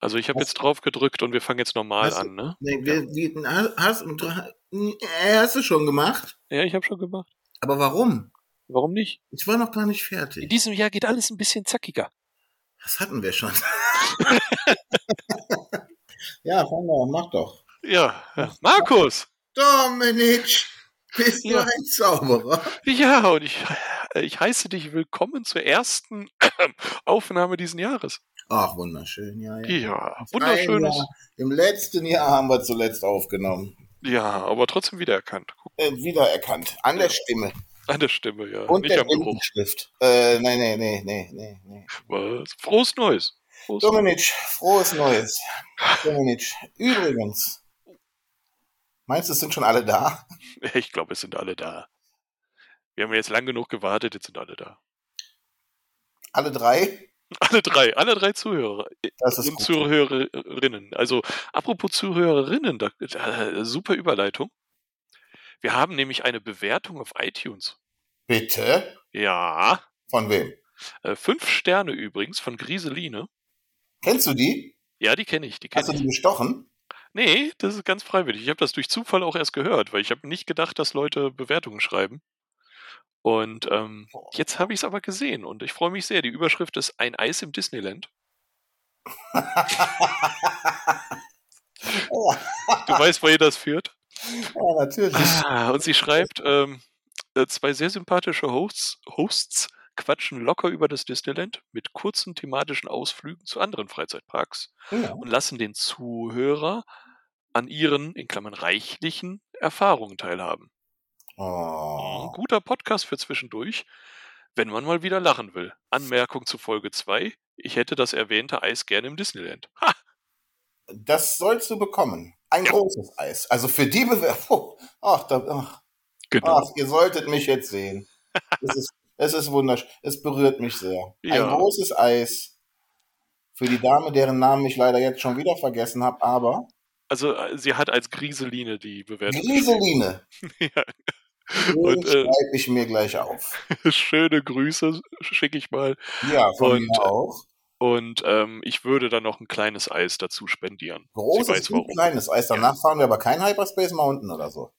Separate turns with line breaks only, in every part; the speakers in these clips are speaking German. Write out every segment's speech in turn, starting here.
Also ich habe jetzt drauf gedrückt und wir fangen jetzt normal
Hast du-
an, ne?
Nee, wir, die, na, hast, äh, hast du schon gemacht?
Ja, ich habe schon gemacht.
Aber warum?
Warum nicht?
Ich war noch gar nicht
In
fertig.
diesem Jahr geht alles ein bisschen zackiger.
Das hatten wir schon. ja, fang doch, mach doch.
Ja, Markus!
Dominik, bist
Ja.
du ein Zauberer?
Ja, und ich, äh, ich heiße dich willkommen zur ersten Aufnahme diesen Jahres.
Ach, wunderschön, ja, ja.
Ja,
Ein
wunderschönes.
Jahr. Im letzten Jahr haben wir zuletzt aufgenommen.
Ja, aber trotzdem wiedererkannt. Guck,
Äh, wiedererkannt. An der Stimme.
an der Stimme, ja.
Und
nicht
der
am Geruch.
Blindenschrift. Äh, nee, nee, nee, nee, nee, nee.
Was? Frohes Neues. Frohes
Dominic, frohes Neues. Dominic, übrigens. Meinst du, es sind schon alle da?
Neues. Ich glaube, es sind alle da. Wir haben jetzt lang genug gewartet, jetzt sind alle da.
Alle drei?
Alle drei, alle drei Zuhörer.
Das ist
und
gut.
Zuhörerinnen. Also apropos Zuhörerinnen, da, da, super Überleitung. Wir haben nämlich eine Bewertung auf iTunes.
Bitte?
Ja,
Von wem?
äh, fünf Sterne übrigens von Griseline.
Kennst du die?
Ja, die kenne ich, die
Hast du
kenne ich.
die bestochen?
Nee, das ist ganz freiwillig. Ich habe das durch Zufall auch erst gehört, weil ich habe nicht gedacht, dass Leute Bewertungen schreiben. Und ähm, jetzt habe ich es aber gesehen und ich freue mich sehr. Die Überschrift ist Ein Eis im Disneyland. Du weißt, woher das führt?
Ja, natürlich.
Ah, und sie schreibt, ähm, äh, zwei sehr sympathische Hosts, Hosts quatschen locker über das Disneyland mit kurzen thematischen Ausflügen zu anderen Freizeitparks
Ja.
und lassen den Zuhörer an ihren, in Klammern, reichlichen Erfahrungen teilhaben. Ein
Oh.
guter Podcast für zwischendurch, wenn man mal wieder lachen will. Anmerkung zu Folge 2. Ich hätte das erwähnte Eis gerne im Disneyland. Ha!
Das sollst du bekommen. Ein
Ja.
großes Eis. Also für die Bewerbung. Ach, da, ach,
Genau.
ach, ihr solltet mich jetzt sehen. Es ist, es ist wunderschön. Es berührt mich sehr.
Ja.
Ein großes Eis. Für die Dame, deren Namen ich leider jetzt schon wieder vergessen habe, aber
Also, äh, sie hat als Grieseline die Bewertung.
Griseline.
Ja.
Und
Und, äh,
schreibe ich mir gleich auf.
Schöne Grüße schicke ich mal.
Ja, von
und, äh,
mir auch.
Und ähm, ich würde dann noch ein kleines Eis dazu spendieren. sie
Großes
weiß
und
warum.
kleines Eis. Danach fahren wir aber kein Hyperspace Mountain oder so.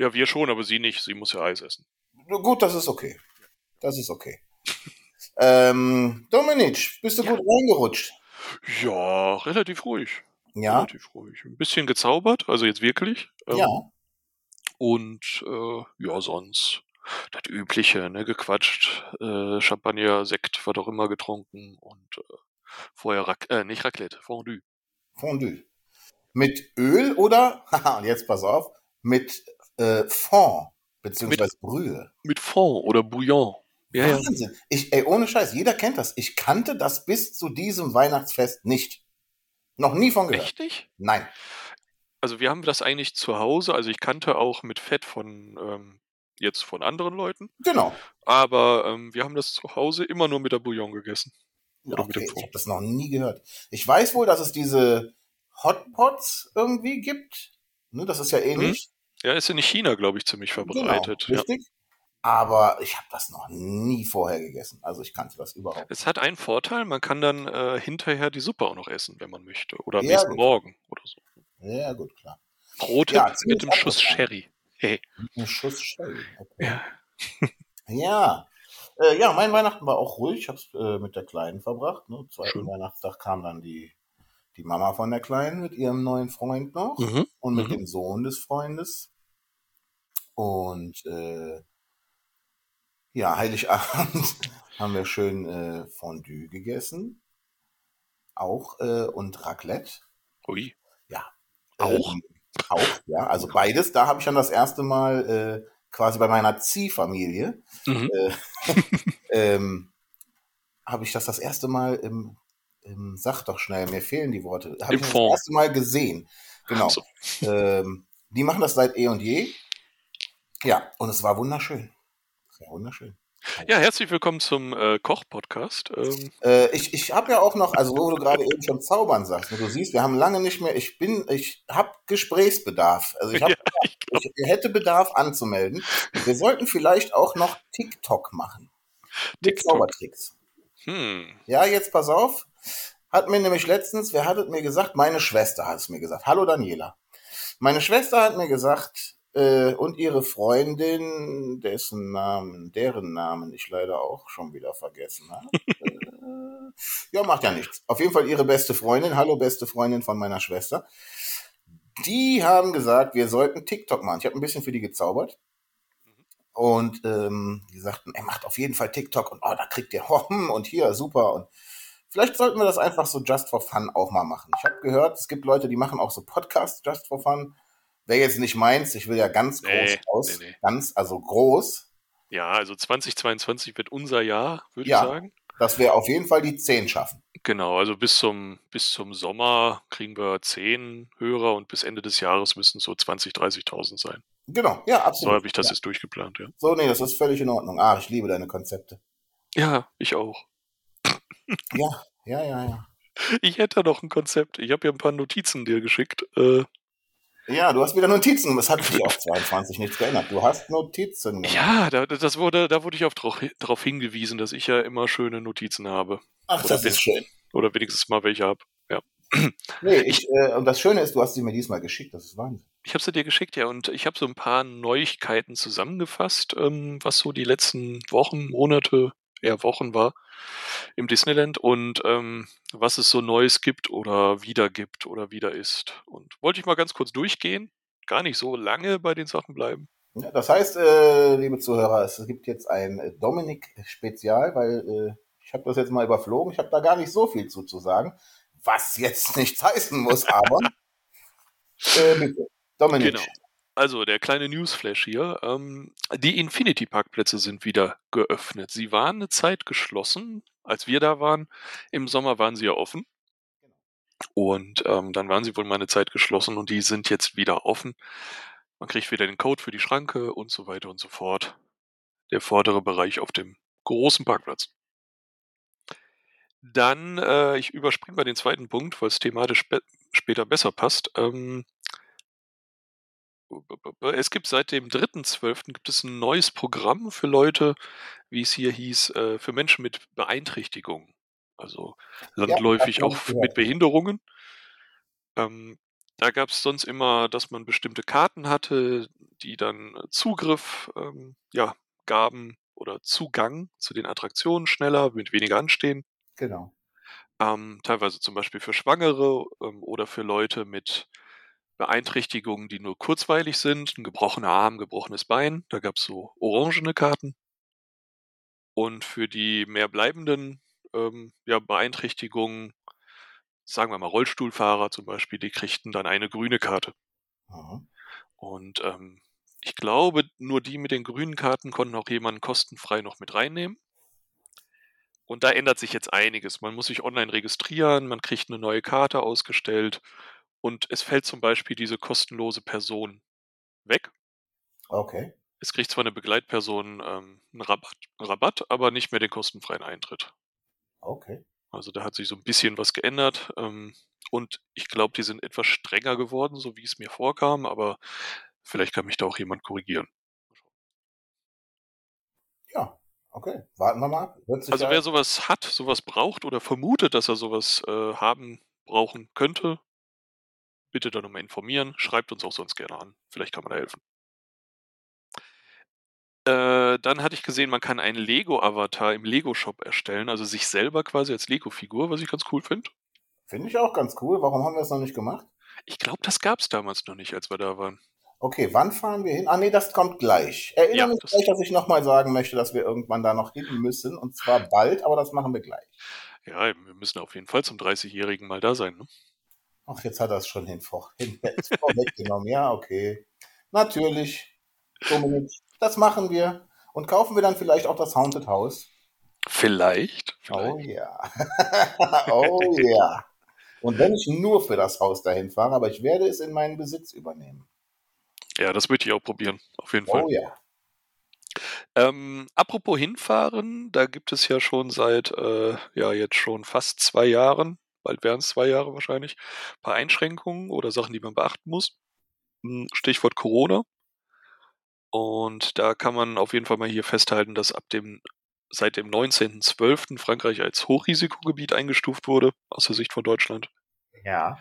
Ja, wir schon, aber sie nicht. Sie muss ja Eis essen.
Gut, das ist okay. Das ist okay. ähm, Dominic, bist du gut reingerutscht?
Ja, relativ ruhig.
Ja,
Relativ ruhig. Ein bisschen gezaubert, also jetzt wirklich. Ähm,
ja.
Und äh, ja, sonst das Übliche, ne? Gequatscht, äh, Champagner, Sekt, was auch immer getrunken und äh, vorher Rac äh, nicht Raclette, Fondue.
Fondue. Mit Öl oder, haha, und jetzt pass auf, mit äh, Fond, beziehungsweise Brühe.
Mit Fond oder Bouillon. Ja, ja.
Wahnsinn. Ich, ey, ohne Scheiß, jeder kennt das. Ich kannte das bis zu diesem Weihnachtsfest nicht. Noch nie von gehört.
Echt nicht?
Nein.
also wir haben das eigentlich zu Hause, also ich kannte auch mit Fett von ähm, jetzt von anderen Leuten,
Genau.
aber ähm, wir haben das zu Hause immer nur mit der Bouillon gegessen. Oder mit
Okay,
dem
ich
Fond.
habe das noch nie gehört. Ich weiß wohl, dass es diese Hotpots irgendwie gibt. Ne, das ist ja ähnlich.
Ja, ist in China, glaube ich, ziemlich Mhm. verbreitet. ja.
Genau, richtig. Aber ich habe das noch nie vorher gegessen. Also ich kannte das überhaupt.
Es hat einen Vorteil, man kann dann äh, hinterher die Suppe auch noch essen, wenn man möchte. Oder am
Ja,
nächsten
gut.
Morgen oder so.
Ja, gut, klar.
Brot
Ja,
mit
ziemlich
einem Schuss
abgefahren.
Sherry. Hey.
Ein Schuss Sherry. Okay.
Ja.
Ja. Äh, ja, mein Weihnachten war auch ruhig. Ich habe es äh, mit der Kleinen verbracht. Ne? Zweiten
Schön.
Weihnachtstag kam dann die, die Mama von der Kleinen mit ihrem neuen Freund noch
Mhm.
und mit
Mhm.
dem Sohn des Freundes. Und äh, ja, Heiligabend haben wir schön äh, Fondue gegessen. Auch äh, und Raclette.
Ui.
Ja.
Auch?
Ähm, auch, ja. Also beides. Da habe ich dann das erste Mal äh, quasi bei meiner Ziehfamilie Äh,
Mhm.
ähm, habe ich das das erste Mal im, im sag doch schnell, mir fehlen die Worte, habe
Im
ich das,
Fond.
das erste Mal gesehen. Genau.
So.
Ähm, die machen das seit eh und je. Ja, und es war wunderschön. Es war wunderschön.
Ja, herzlich willkommen zum äh, Koch-Podcast. Ähm,
Äh, ich ich habe ja auch noch, also wo du gerade eben schon zaubern sagst, ne, du siehst, wir haben lange nicht mehr, ich bin, ich habe Gesprächsbedarf. Also ich, hab,
ja, ich glaub,
ich hätte Bedarf anzumelden. Wir sollten vielleicht auch noch TikTok machen. Mit
TikTok.
Zaubertricks.
Hm.
Ja, jetzt pass auf. Hat mir nämlich letztens, wer hat es mir gesagt? Meine Schwester hat es mir gesagt. Hallo Daniela. Meine Schwester hat mir gesagt, äh, und ihre Freundin, dessen Namen, deren Namen ich leider auch schon wieder vergessen habe. äh, ja, macht ja nichts. Auf jeden Fall ihre beste Freundin, hallo beste Freundin von meiner Schwester. Die haben gesagt, wir sollten TikTok machen. Ich habe ein bisschen für die gezaubert. Und ähm, die sagten, er macht auf jeden Fall TikTok und oh, da kriegt ihr Homm und hier, super. Und vielleicht sollten wir das einfach so just for fun auch mal machen. Ich habe gehört, es gibt Leute, die machen auch so Podcasts just for fun. Wäre jetzt nicht meins, ich will ja ganz groß
Nee,
raus.
nee, nee.
Ganz, also groß.
Ja, also 2022 wird unser Jahr, würde
Ja.
ich sagen.
Dass wir auf jeden Fall die 10 schaffen.
Genau, also bis zum, bis zum Sommer kriegen wir 10 Hörer und bis Ende des Jahres müssen es so 20.000, 30.000 sein.
Genau, ja,
So
absolut.
habe ich das
ja.
jetzt durchgeplant, Oh, ja.
So, nee, das ist völlig in Ordnung. Ah, ich liebe deine Konzepte.
Ja, ich auch.
Ja, ja, ja, ja.
Ich hätte da noch ein Konzept. Ich habe ja ein paar Notizen dir geschickt. Äh,
Ja, du hast wieder Notizen. Es hat sich auf 22 nichts geändert. Du hast Notizen gemacht.
ja, da, das wurde, da wurde ich auch darauf hingewiesen, dass ich ja immer schöne Notizen habe.
Ach, das ist schön.
Oder wenigstens mal welche habe.
Nee, ich, äh, und das Schöne ist, du hast sie mir diesmal geschickt. Das ist Wahnsinn.
Ich habe sie dir geschickt, ja, und ich habe so ein paar Neuigkeiten zusammengefasst, ähm, was so die letzten Wochen, Monate, eher Wochen war im Disneyland und ähm, was es so Neues gibt oder wieder gibt oder wieder ist. Und wollte ich mal ganz kurz durchgehen, gar nicht so lange bei den Sachen bleiben.
Ja, das heißt, äh, liebe Zuhörer, es gibt jetzt ein äh, Dominik-Spezial, weil äh, ich habe das jetzt mal überflogen. Ich habe da gar nicht so viel zu, zu sagen, was jetzt nichts heißen muss, aber äh, bitte. Dominik.
Genau. Also der kleine Newsflash hier. Ähm, die Infinity-Parkplätze sind wieder geöffnet. Sie waren eine Zeit geschlossen, als wir da waren. Im Sommer waren sie ja offen. Und ähm, dann waren sie wohl mal eine Zeit geschlossen und die sind jetzt wieder offen. Man kriegt wieder den Code für die Schranke und so weiter und so fort. Der vordere Bereich auf dem großen Parkplatz. Dann, äh, ich überspringe mal den zweiten Punkt, weil es thematisch be später besser passt. Ähm, es gibt seit dem 3.12. gibt es ein neues Programm für Leute, wie es hier hieß, äh, für Menschen mit Beeinträchtigungen. Also landläufig
hab ich
auch
gehört.
mit Behinderungen. Ähm, da gab es sonst immer, dass man bestimmte Karten hatte, die dann Zugriff ähm, ja, gaben oder Zugang zu den Attraktionen schneller, mit weniger Anstehen
Genau.
ähm, teilweise zum Beispiel für Schwangere ähm, oder für Leute mit Beeinträchtigungen, die nur kurzweilig sind, ein gebrochener Arm, gebrochenes Bein, da gab es so orangene Karten. Und für die mehr bleibenden ähm, ja, Beeinträchtigungen, sagen wir mal Rollstuhlfahrer zum Beispiel, die kriegten dann eine grüne Karte.
Mhm.
Und ähm, ich glaube, nur die mit den grünen Karten konnten auch jemanden kostenfrei noch mit reinnehmen. Und da ändert sich jetzt einiges. Man muss sich online registrieren, man kriegt eine neue Karte ausgestellt und es fällt zum Beispiel diese kostenlose Person weg.
Okay.
Es kriegt zwar eine Begleitperson ähm, einen Rabatt, Rabatt, aber nicht mehr den kostenfreien Eintritt.
Okay.
Also da hat sich so ein bisschen was geändert. Ähm, und ich glaube, die sind etwas strenger geworden, so wie es mir vorkam, aber vielleicht kann mich da auch jemand korrigieren.
Ja. Okay. Warten wir mal ab. Hört sich
Also
ja-
wer sowas hat, sowas braucht oder vermutet, dass er sowas äh, haben, brauchen könnte, bitte dann nochmal informieren. Schreibt uns auch sonst gerne an. Vielleicht kann man da helfen. Äh, dann hatte ich gesehen, man kann einen Lego-Avatar im Lego-Shop erstellen, also sich selber quasi als Lego-Figur, was ich ganz cool finde.
Finde ich auch ganz cool. Warum haben wir es noch nicht gemacht?
Ich glaube, das gab es damals noch nicht, als wir da waren.
Okay, wann fahren wir hin? Ah, nee, das kommt gleich. Erinnere
Ja,
mich
das-
gleich, dass ich nochmal sagen möchte, dass wir irgendwann da noch hin müssen. Und zwar bald, aber das machen wir gleich.
Ja, eben, wir müssen auf jeden Fall zum 30-Jährigen mal da sein. Ne?
Ach, jetzt hat er es schon hinvor, hin, vorweggenommen. Ja, okay. Natürlich. Dominik, das machen wir. Und kaufen wir dann vielleicht auch das Haunted House.
Vielleicht.
Oh
vielleicht.
ja. oh ja. Und wenn ich nur für das Haus dahin fahre, aber ich werde es in meinen Besitz übernehmen.
Ja, das würde ich auch probieren. Auf jeden Fall.
Oh ja.
Ähm, apropos hinfahren, da gibt es ja schon seit, äh, ja, jetzt schon fast zwei Jahren, bald wären es zwei Jahre wahrscheinlich, ein paar Einschränkungen oder Sachen, die man beachten muss. Hm, Stichwort Corona. Und da kann man auf jeden Fall mal hier festhalten, dass ab dem seit dem 19.12. Frankreich als Hochrisikogebiet eingestuft wurde, aus der Sicht von Deutschland.
Ja.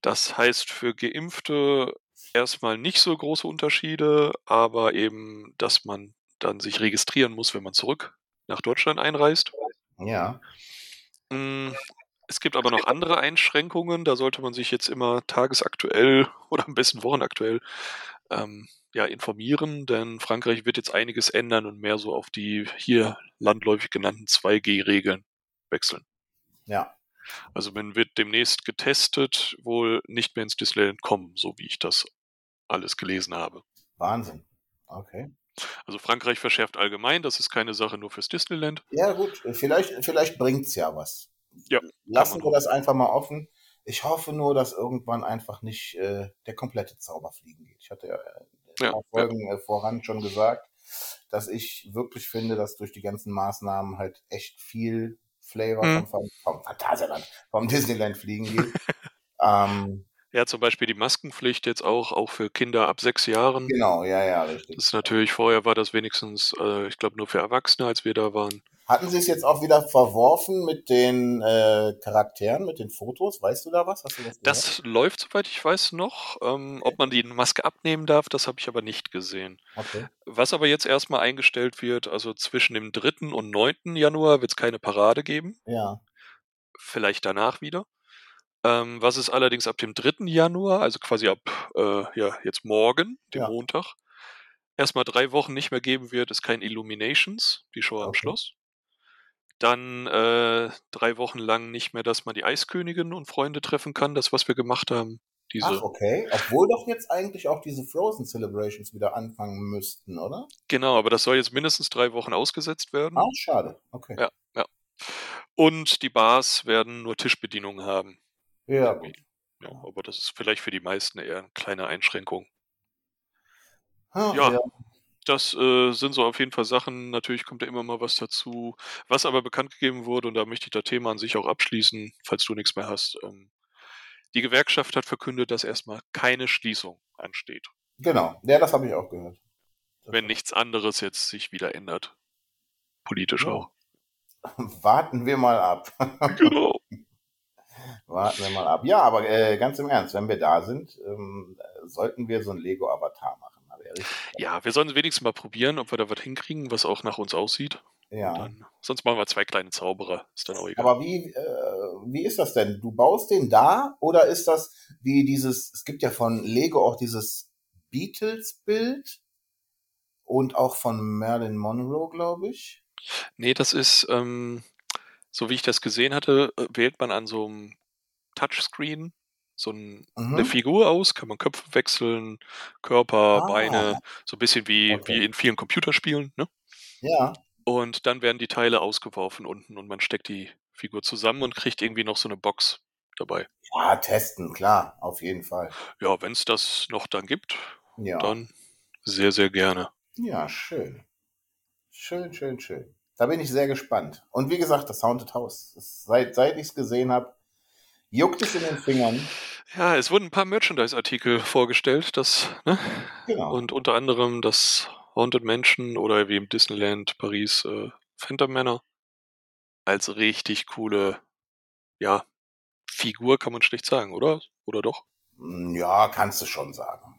Das heißt für Geimpfte erstmal nicht so große Unterschiede, aber eben, dass man dann sich registrieren muss, wenn man zurück nach Deutschland einreist.
Ja.
Mm, Es gibt aber noch andere Einschränkungen, da sollte man sich jetzt immer tagesaktuell oder am besten wochenaktuell ähm, ja, informieren, denn Frankreich wird jetzt einiges ändern und mehr so auf die hier landläufig genannten 2G-Regeln wechseln.
Ja.
Also man wird demnächst getestet, wohl nicht mehr ins Disneyland kommen, so wie ich das alles gelesen habe.
Wahnsinn. Okay.
Also Frankreich verschärft allgemein, das ist keine Sache nur fürs Disneyland.
Ja, gut. Vielleicht, vielleicht bringt's ja was.
Ja,
Lassen
man
wir das einfach mal offen. Ich hoffe nur, dass irgendwann einfach nicht äh, der komplette Zauber fliegen geht. Ich hatte ja äh,
Ja,
in den Folgen äh, voran schon gesagt, dass ich wirklich finde, dass durch die ganzen Maßnahmen halt echt viel Flavor
Mhm.
vom, vom Phantasialand, vom Disneyland fliegen geht. ähm,
Ja, zum Beispiel die Maskenpflicht jetzt auch, auch für Kinder ab sechs Jahren.
genau, ja, ja, richtig.
Das ist natürlich, vorher war das wenigstens, äh, ich glaube, nur für Erwachsene, als wir da waren.
Hatten sie es jetzt auch wieder verworfen mit den äh, Charakteren, mit den Fotos? Weißt du da was? Hast du das gehört?
Das läuft, soweit ich weiß, noch. Ähm, ob man die Maske abnehmen darf, das habe ich aber nicht gesehen.
Okay.
Was aber jetzt erstmal eingestellt wird, also zwischen dem 3. und 9. Januar wird es keine Parade geben,
Ja.
vielleicht danach wieder. Ähm, was es allerdings ab dem 3. Januar, also quasi ab äh, ja, jetzt morgen, dem
Ja.
Montag, erstmal drei Wochen nicht mehr geben wird, ist kein Illuminations, die Show am
Okay.
Schloss. Dann äh, drei Wochen lang nicht mehr, dass man die Eiskönigin und Freunde treffen kann, das, was wir gemacht haben. Diese
Ach, okay. Obwohl doch jetzt eigentlich auch diese Frozen Celebrations wieder anfangen müssten, oder?
Genau, aber das soll jetzt mindestens drei Wochen ausgesetzt werden.
Ah, schade. Okay.
Ja. Und die Bars werden nur Tischbedienung haben.
Ja, gut.
Ja,
Genau.
aber das ist vielleicht für die meisten eher eine kleine Einschränkung.
Hm,
Ja. Das äh, sind so auf jeden Fall Sachen. Natürlich kommt da immer mal was dazu. Was aber bekannt gegeben wurde, und da möchte ich das Thema an sich auch abschließen, falls du nichts mehr hast. Ähm, die Gewerkschaft hat verkündet, dass erstmal keine Schließung ansteht,
Genau. Ja, das habe ich auch gehört. Das-
wenn nichts anderes jetzt sich wieder ändert. Politisch
Ja.
auch.
Warten wir mal ab.
Genau.
Warten wir mal ab. Ja, aber äh, ganz im Ernst, wenn wir da sind, ähm, äh, sollten wir so ein Lego-Avatar machen. Aber ehrlich,
Ja, wir sollen es wenigstens mal probieren, ob wir da was hinkriegen, was auch nach uns aussieht.
ja.
Dann, sonst machen wir zwei kleine Zauberer. Ist dann auch egal.
Aber wie, äh, wie ist das denn? Du baust den da oder ist das wie dieses, es gibt ja von Lego auch dieses Beatles-Bild und auch von Marilyn Monroe, glaube ich.
nee, Ne, das ist, ähm, so wie ich das gesehen hatte, äh, wählt man an so einem Touchscreen so ein,
Mhm.
eine Figur aus, kann man Köpfe wechseln, Körper,
Ah.
Beine, so ein bisschen wie,
Okay.
wie in vielen Computerspielen. Ne?
Ja,
Und dann werden die Teile ausgeworfen unten und man steckt die Figur zusammen und kriegt irgendwie noch so eine Box dabei.
ja, testen, klar, auf jeden Fall.
Ja, wenn es das noch dann gibt,
Ja,
dann sehr, sehr gerne.
ja, schön. Schön, schön, schön. Da bin ich sehr gespannt. Und wie gesagt, das Haunted House. Das, seit seit ich es gesehen habe, juckt es in den Fingern.
Ja, es wurden ein paar Merchandise-Artikel vorgestellt, das, ne?
Genau.
Und unter anderem das Haunted Mansion oder wie im Disneyland Paris äh, Phantom Manor als richtig coole, ja, Figur kann man schlecht sagen, oder? Oder doch?
ja, kannst du schon sagen.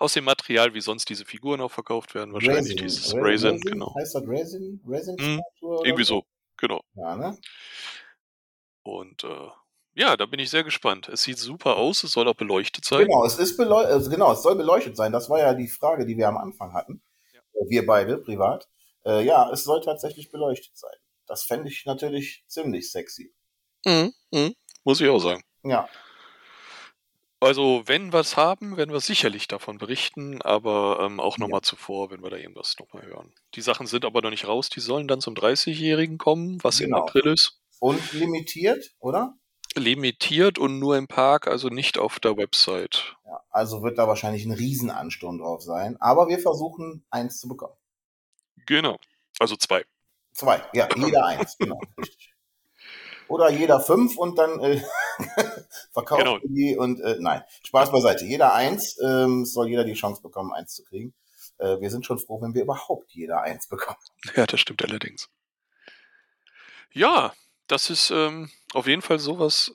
Aus dem Material, wie sonst diese Figuren auch verkauft werden, wahrscheinlich
Resin.
dieses
Re-
Raisin, genau.
Heißt das Resin? Resin?
Mhm, Irgendwie so, genau.
Ja, ne?
Und äh, ja, da bin ich sehr gespannt. Es sieht super aus, es soll auch beleuchtet sein.
Genau, es ist beleuchtet, also genau, es soll beleuchtet sein. Das war ja die Frage, die wir am Anfang hatten.
Ja.
Wir beide, privat. Äh, ja, es soll tatsächlich beleuchtet sein. Das fände ich natürlich ziemlich sexy.
Mhm, mhm, muss ich auch sagen.
Ja,
Also, wenn wir es haben, werden wir sicherlich davon berichten, aber ähm, auch nochmal zuvor, wenn wir da irgendwas nochmal hören. Die Sachen sind aber noch nicht raus, die sollen dann zum 30-Jährigen kommen, was im
Genau.
April ist.
und limitiert, oder?
Limitiert und nur im Park, also nicht auf der Website.
Ja, also wird da wahrscheinlich ein Riesenansturm drauf sein. Aber wir versuchen, eins zu bekommen.
Genau. Also zwei.
Zwei, ja, jeder eins, genau, richtig. Oder jeder fünf und dann äh, verkauft
Genau.
die und äh, nein, Spaß beiseite. Jeder eins, ähm, soll jeder die Chance bekommen, eins zu kriegen. äh, wir sind schon froh, wenn wir überhaupt jeder eins bekommen.
Ja, das stimmt allerdings. Ja, das ist ähm, auf jeden Fall sowas,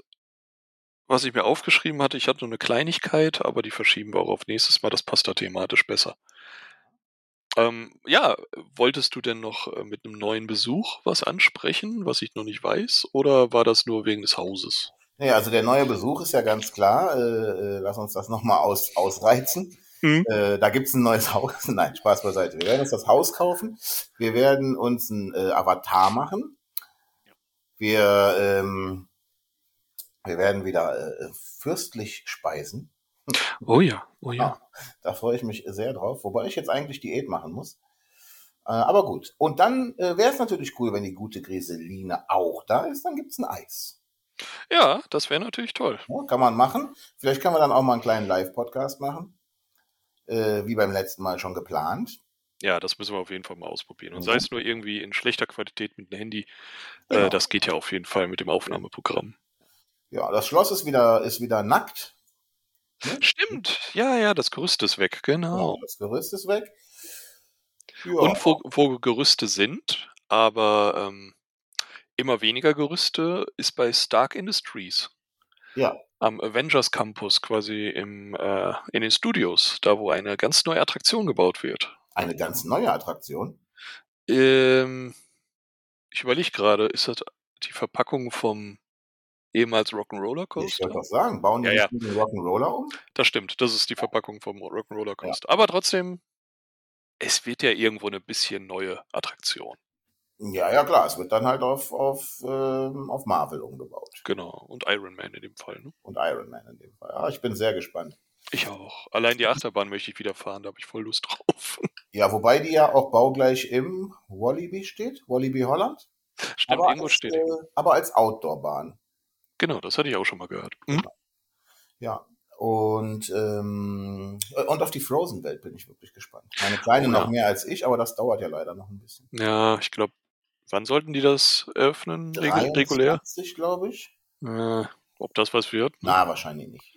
was ich mir aufgeschrieben hatte. Ich hatte nur eine Kleinigkeit, aber die verschieben wir auch auf nächstes Mal. Das passt da thematisch besser. Ähm, ja, wolltest du denn noch äh, mit einem neuen Besuch was ansprechen, was ich noch nicht weiß? Oder war das nur wegen des Hauses?
Naja, also der neue Besuch ist ja ganz klar. Äh, äh, lass uns das nochmal aus, ausreizen. Mhm. Äh, da gibt's ein neues Haus. Nein, Spaß beiseite. Wir werden uns das Haus kaufen. Wir werden uns einen äh, Avatar machen. Wir, ähm, wir werden wieder äh, fürstlich speisen.
Oh ja, oh ja.
Ah, da freue ich mich sehr drauf, wobei ich jetzt eigentlich Diät machen muss. Äh, aber gut. Und dann äh, wäre es natürlich cool, wenn die gute Griseline auch da ist, dann gibt's ein Eis.
Ja, das wäre natürlich toll.
Ja, kann man machen. Vielleicht können wir dann auch mal einen kleinen Live-Podcast machen. Äh, wie beim letzten Mal schon geplant.
Ja, das müssen wir auf jeden Fall mal ausprobieren. Und
Mhm.
sei es nur irgendwie in schlechter Qualität mit dem Handy,
Genau.
äh, das geht ja auf jeden Fall mit dem Aufnahmeprogramm.
Ja, das Schloss ist wieder, ist wieder nackt.
Stimmt, ja, ja, das Gerüst ist weg, genau.
Das Gerüst ist weg. Ja.
Und wo, wo Gerüste sind, aber ähm, immer weniger Gerüste ist bei Stark Industries.
Ja.
Am Avengers Campus quasi im, äh, in den Studios, da wo eine ganz neue Attraktion gebaut wird.
Eine ganz neue Attraktion.
Ähm, ich überlege gerade, ist das die Verpackung vom ehemals Rock'n'Roller
Ich
Coaster?
wollte doch sagen, bauen die
Ja, ja.
nicht den Rock'n'Roller um?
Das stimmt, das ist die Verpackung vom Rock'n'Roller Coaster. Aber trotzdem, es wird ja irgendwo eine bisschen neue Attraktion.
um? Ja, ja, klar. Es wird dann halt auf, auf, ähm, auf Marvel umgebaut.
Genau. Und Iron Man in dem Fall. Ne?
Und Iron Man in dem Fall. Ja, ich bin sehr gespannt.
Ich auch. Allein
Mhm.
die Achterbahn möchte ich wieder fahren, da habe ich voll Lust drauf.
Ja, wobei die ja auch baugleich im Walibi steht, Walibi Holland.
Stimmt, irgendwo
als,
steht. die.
äh, aber als Outdoor-Bahn.
Genau, das hatte ich auch schon mal gehört. Hm?
Genau. Ja. Und, ähm, und auf die Frozen-Welt bin ich wirklich gespannt. Meine Kleine
Oh ja.
noch mehr als ich, aber das dauert ja leider noch ein bisschen.
Ja, ich glaube, wann sollten die das eröffnen? Regu- Regulär?
23, glaube ich.
Äh, ob das was wird?
Na, wahrscheinlich nicht.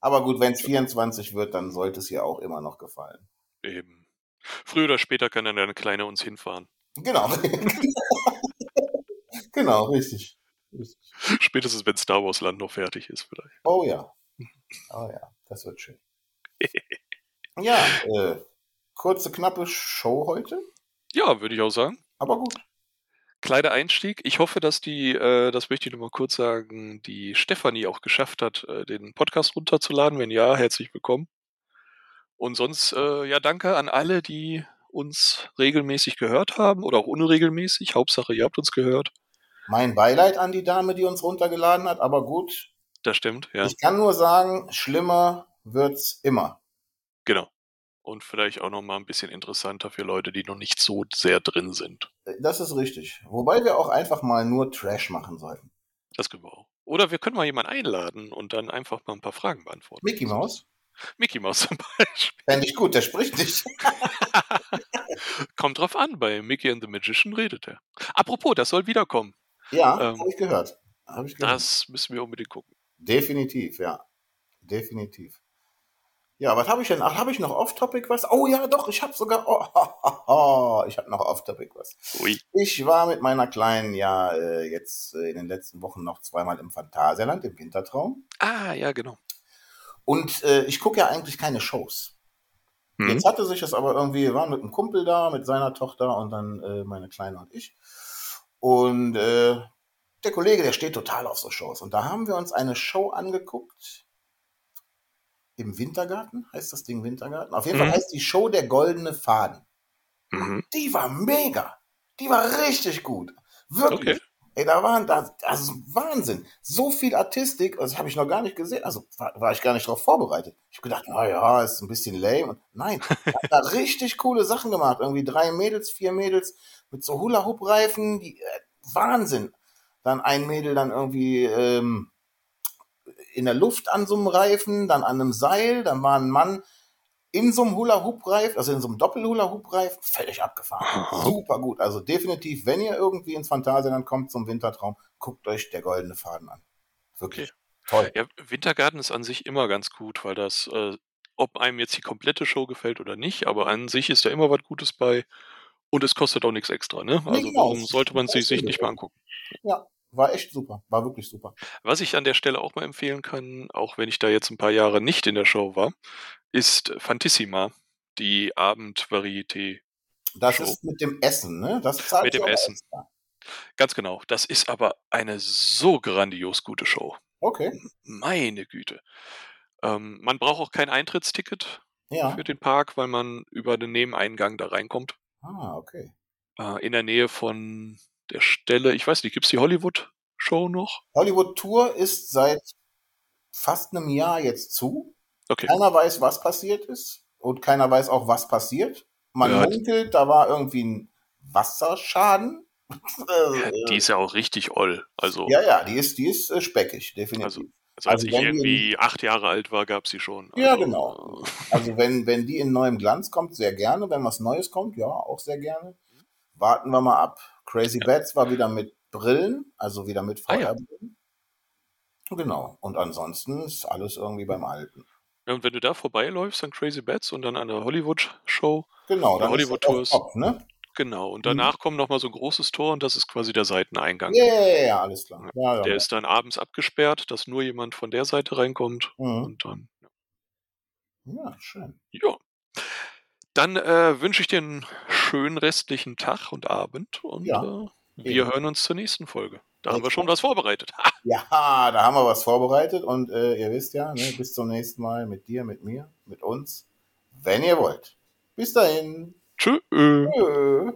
Aber gut, wenn es 24 wird, dann sollte es ihr auch immer noch gefallen.
Eben. Früher oder später kann dann deine Kleine uns hinfahren.
Genau. genau, richtig. richtig.
Spätestens, wenn Star Wars Land noch fertig ist, vielleicht.
Oh ja. Oh ja, das wird schön. Ja, äh, kurze, knappe Show heute,
Ja, würde ich auch sagen.
aber gut.
Kleiner Einstieg. Ich hoffe, dass die, äh, das möchte ich nur mal kurz sagen, die Stefanie auch geschafft hat, äh, den Podcast runterzuladen. Wenn ja, herzlich willkommen. Und sonst, äh, ja, danke an alle, die uns regelmäßig gehört haben oder auch unregelmäßig. Hauptsache, ihr habt uns gehört.
Mein Beileid an die Dame, die uns runtergeladen hat, aber gut.
Das stimmt, ja.
Ich kann nur sagen, schlimmer wird's immer.
Genau. Und vielleicht auch nochmal ein bisschen interessanter für Leute, die noch nicht so sehr drin sind.
Äh, Das ist richtig. Wobei wir auch einfach mal nur Trash machen sollten.
Das können wir auch. Oder wir können mal jemanden einladen und dann einfach mal ein paar Fragen beantworten.
Mickey Mouse?
Mickey Mouse zum Beispiel.
Fände ich gut, der spricht nicht.
Kommt drauf an, bei Mickey and the Magician redet er. Apropos, das soll wiederkommen.
Ja,
Ähm,
habe ich gehört. Hab ich gehört.
Das müssen wir unbedingt gucken.
Definitiv, ja. Definitiv. Ja, was habe ich denn? Ach, habe ich noch off-topic was? Oh ja, doch, ich habe sogar. Oh, ich habe noch off-topic was.
Ui.
Ich war mit meiner Kleinen ja äh, jetzt äh, in den letzten Wochen noch zweimal im Phantasialand, im Wintertraum.
Ah, ja, genau.
Und äh, ich gucke ja eigentlich keine Shows.
Hm.
Jetzt hatte sich das aber irgendwie, wir waren mit einem Kumpel da, mit seiner Tochter und dann äh, meine Kleine und ich. Und äh, der Kollege, der steht total auf so Shows. Und da haben wir uns eine Show angeguckt. Im Wintergarten? Heißt das Ding Wintergarten? Auf jeden
Mhm.
Fall heißt die Show der goldene Faden.
Mhm.
Die war mega. Die war richtig gut. Wirklich.
Okay.
Ey, da waren da, das ist Wahnsinn. So viel Artistik, das habe ich noch gar nicht gesehen. Also war, war ich gar nicht darauf vorbereitet. Ich habe gedacht, naja, ist ein bisschen lame. Und nein, die haben da richtig coole Sachen gemacht. Irgendwie drei Mädels, vier Mädels mit so Hula-Hoop-Reifen. Die, äh, Wahnsinn. Dann ein Mädel dann irgendwie ähm, in der Luft an so einem Reifen, dann an einem Seil, dann war ein Mann in so einem Hula-Hoop-Reif, also in so einem Doppel-Hula-Hoop-Reif, völlig abgefahren.
Aha.
Super gut. Also definitiv, wenn ihr irgendwie ins Phantasialand kommt zum Wintertraum, guckt euch der goldene Faden an. Wirklich. Toll.
Ja, Wintergarten ist an sich immer ganz gut, weil das äh, ob einem jetzt die komplette Show gefällt oder nicht, aber an sich ist da immer was Gutes bei und es kostet auch nichts extra, ne? Also
Genau.
warum sollte man sie sich nicht mal angucken?
War echt super, war wirklich super.
Was ich an der Stelle auch mal empfehlen kann, auch wenn ich da jetzt ein paar Jahre nicht in der Show war, ist Fantissima, die Abendvarieté.
Das
Show.
ist mit dem Essen, ne? Das zahlt
Mit
sich
dem
aber
Essen.
extra.
Ganz genau. Das ist aber eine so grandios gute Show.
Okay,
Meine Güte. Ähm, man braucht auch kein Eintrittsticket
ja.
für den Park, weil man über den Nebeneingang da reinkommt.
Ah, okay.
Äh, in der Nähe von der Stelle, ich weiß nicht, gibt es die Hollywood-Show noch?
Hollywood Tour ist seit fast einem Jahr jetzt zu.
Okay.
Keiner weiß, was passiert ist und keiner weiß auch, was passiert. Man
Ja, die-
munkelt, da war irgendwie ein Wasserschaden.
Ja,
Äh,
die ist ja auch richtig oll. Also,
ja, ja, die ist, die ist äh, speckig, definitiv.
Also- also
Also,
als
also
ich
wenn wir-
irgendwie acht Jahre alt war, gab es sie schon.
Ja,
also,
genau.
äh,
wenn, wenn die in neuem Glanz kommt, sehr gerne. Wenn was Neues kommt, ja, auch sehr gerne. Warten wir mal ab. Crazy Bats war wieder mit Brillen, also wieder mit
Ah, ja.
VR-Brillen. Genau. Und ansonsten ist alles irgendwie beim Alten.
Ja, und wenn du da vorbeiläufst an Crazy Bats und dann an der Hollywood-Show,
Genau,
Ja,
dann
Hollywood
ist das
Tour ist-
auf top, ne?
genau, und danach kommt noch mal so ein großes Tor und das ist quasi der Seiteneingang.
Ja, ja, ja, ja, alles klar. Ja, ja.
Der ist dann abends abgesperrt, dass nur jemand von der Seite reinkommt
mhm.
und dann,
ja schön.
ja. Dann äh, wünsche ich dir einen schönen restlichen Tag und Abend und
Ja.
äh, wir hören uns zur nächsten Folge. Da haben wir schon was vorbereitet.
Ja, da haben wir was vorbereitet und äh, ihr wisst ja, ne, bis zum nächsten Mal mit dir, mit mir, mit uns, wenn ihr wollt. Bis dahin.
Tschüss.
Tschö.